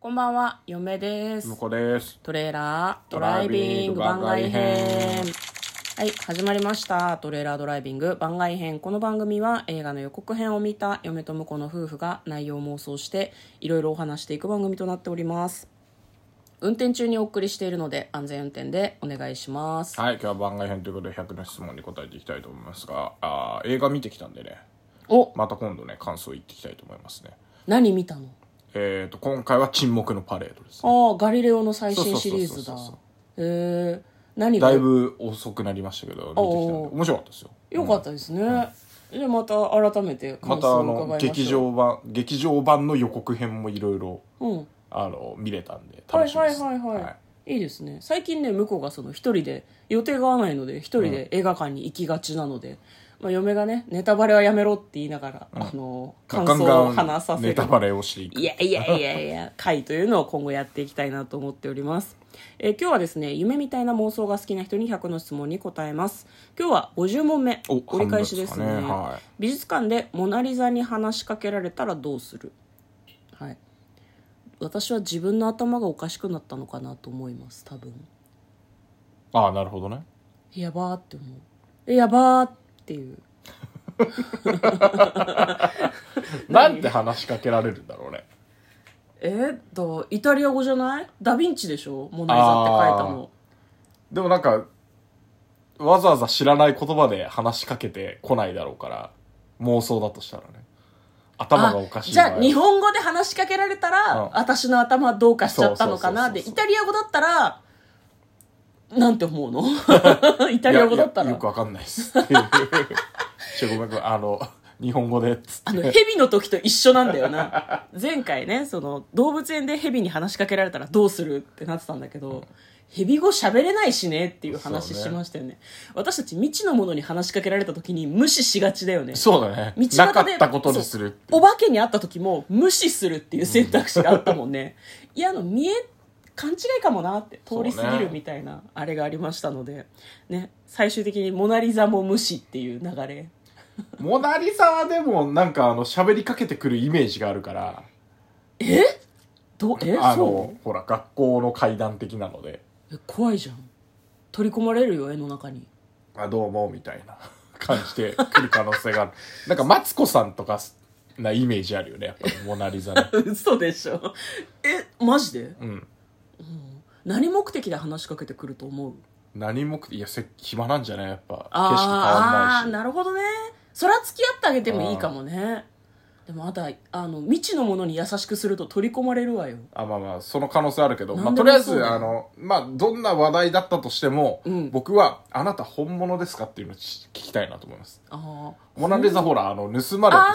こんばんは、嫁です向。こうです。トレーラードドラライイビビングング番番外外編編。はい、始まりました。トレーラードライビング番外編。この番組は映画の予告編を見た嫁と婿の夫婦が内容を妄想していろいろお話していく番組となっております。運転中にお送りしているので安全運転でお願いします。はい、今日は番外編ということで100の質問に答えていきたいと思いますが、あー映画見てきたんでね、お、また今度ね、感想言っていきたいと思いますね。何見たのえっ、と、今回は沈黙のパレードです。ああ、ガリレオの最新シリーズだそうそうそうそう。へえ、何がだいぶ遅くなりましたけど、見てきたおうおのうで面白かったですよ。良かったですね。で、また改めてま感た想あを伺の、いま劇しょう。場版、劇場版の予告編もいろいろ、うん。あの、見れたんで、は楽いしみはでいす。はいはい、い、いですね最近ね向こうがその一人で予定が合わないので一人で映画館に行きがちなので、まあ、嫁がねネタバレはやめろって言いながら、あのガ感ンガ想ンを話させネるタバレをしていく。いやいやいやい や、回というのを今後やっていきたいなと思っております。えー今日はですね、夢みたいな妄想が好きな人に100の質問に答えます。今日は50問目、お折り返しですね。半分ですかねはい美術館でモナリザに話しかけられたらどうするはい。私は自分の頭がおかしくなったのかなと思います、多分。ああ、なるほどね。やばーって思う。え、やばーっていう。なんて話しかけられるんだろうね。えー、だイタリア語じゃないダヴィンチでしょモナリザって書いたの。でもなんか、わざわざ知らない言葉で話しかけてこないだろうから、妄想だとしたらね。頭がおかしいあじ場合ゃあ日本語で話しかけられたら、うん私私の頭はどうかしちゃったのかなそうそうそうでそうイタリア語だったらなんて思う のイタリア語だったいらやいやよくわかんないっす。っていうちょ、ごめんごめんあの、日本語でっつあっのて。蛇の時と一緒なんだよな前回ねその動物園で蛇に話しかけられたらどうするってなってたんだけど、蛇語喋れないしねっていう話そうねしましたよね私たち未知のものに話しかけられた時に無視しがちだよねそうだね。道端でなかったことにするってお化けに会った時も無視するっていう選択肢があったもん ね、いやあの見え勘違いかもなって通り過ぎるみたいなあれがありましたので、ね、最終的に「モナ・リザ」も無視っていう流れモナリザはでもなんかあの、喋りかけてくるイメージがあるから、どうえあその、ほら、学校の階段的なので、うえ怖いじゃん取り込まれるよ絵の中 にあ、どうも、みたいな 感じで来る可能性があ る。なんか、マツコさんとかなイメージあるよね、やっぱりモナリザね。嘘でしょえマジでうん。何目的で話しかけてくると思う何もくいやせ暇なんじゃないやっぱ景あ色ーあー変わんないしなるほどねそれは付き合ってあげてもいいかもねでもあとはあの未知のものに優しくすると取り込まれるわよあまあまあその可能性あるけど、まなんあ、でともりあえそうずだよあのまあどんな話題だったとしても、うん僕はあなた本物ですかっていうのを聞きたいなと思いますああモナ・リザほらあの盗まれてさ、あ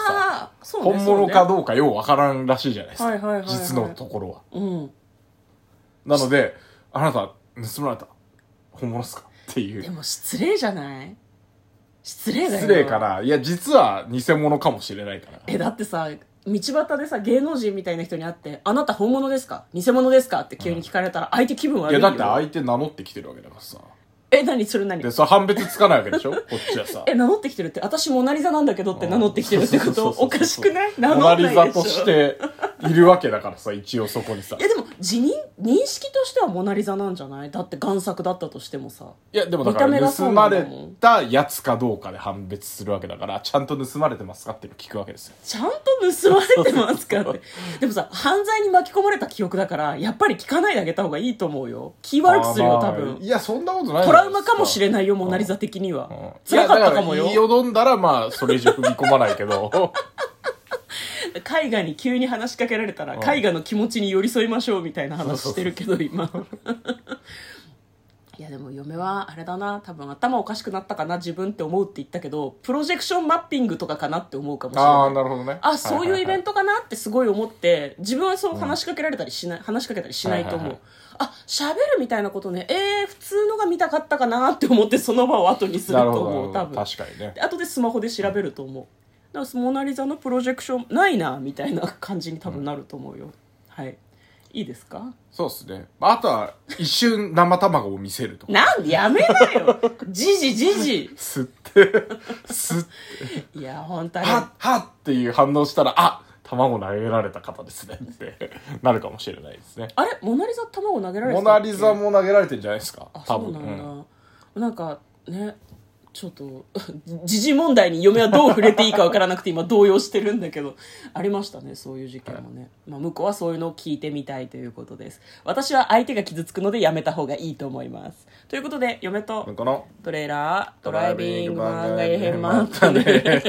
あそうね本物かどどうかようわからんらしいじゃないですか、はいはいはいはい実のところはうね、うんなのであなた盗まれた本物ですかっていでうも失礼じゃない失礼だよ失礼かないや実は偽物かもしれないからえだってさ道端でさ芸能人みたいな人に会って「あなた本物ですか偽物ですか?」って急に聞かれたら相手気分悪いいよやだって相手名乗ってきてるわけだからさえ何それ何でそれ判別つかないわ けでしょこっちはさえ名乗ってきてるって私モナ・リザなんだけどって名乗ってきてるってことそうそうそうそうおかしくない名モ乗ナんなリいでしょザとしているわけだからさ、一応そこにさい。やでも辞任認識としてはモナ・リザなんじゃないだって贋作だったとしてもさいや、でもだ見たか目らがそ盗うなまんだれもんたやつかどうかで判別するわけだから、ちゃんと盗まれてますかっていうのを聞くわけですよ。ちゃんと盗まれてますからねでもさ犯罪に巻き込まれた記憶だからやっぱり聞かないであげた方がいいと思うよ気悪くするよ多あーまあい分や、そんなことないトラウマかもしれない。ないよモナ・リザ的には、うん辛かったかもいやだら言いよよどんだら、まあ、それ以上踏み込まない けど。絵画に急に話しかけられたらうん絵画の気持ちに寄り添いましょうみたいな話してるけど 今いやでも嫁はあれだな多分頭おかしくなったかな自分って思うって言ったけどプロジェクションマッピングとかかなって思うかもしれないああ、なるほどね。あそういうイベント。トかなってすごい思って自分はそう話しかけられたりしない、話しかけたりしないと思う、はいはいあ喋るみたいなことねえー、普通のが見たかったかなって思ってその場を後にするなとるほどなる思ほうど多分確かにねで。後でスマホで調べると思うだからモナ・リザのプロジェクションないなみたいな感じに多分なると思うよ、はいいいですかそうですね。まああとは、一瞬生卵を見せるとか。なんでやめなよ じじじじ吸って、吸って、いや本当あれはっ、はっっていう反応したら、あ卵投げられた方ですねってなるかもしれないですねあれモナリザ卵投げられてモたナっけリザも投げられてんじゃないですかあ多そう分なんだ、なんかねちょっと 時事問題に嫁はどう触れていいかわからなくて今動揺してるんだけどありましたねそういう事件もね、まあ、向こうはそういうのを聞いてみたいということです私は相手が傷つくのでやめた方がいいと思いますということで嫁とうんこのトレーラードドラライイビビンンググ漫漫画画へ変へ変ままっったたねね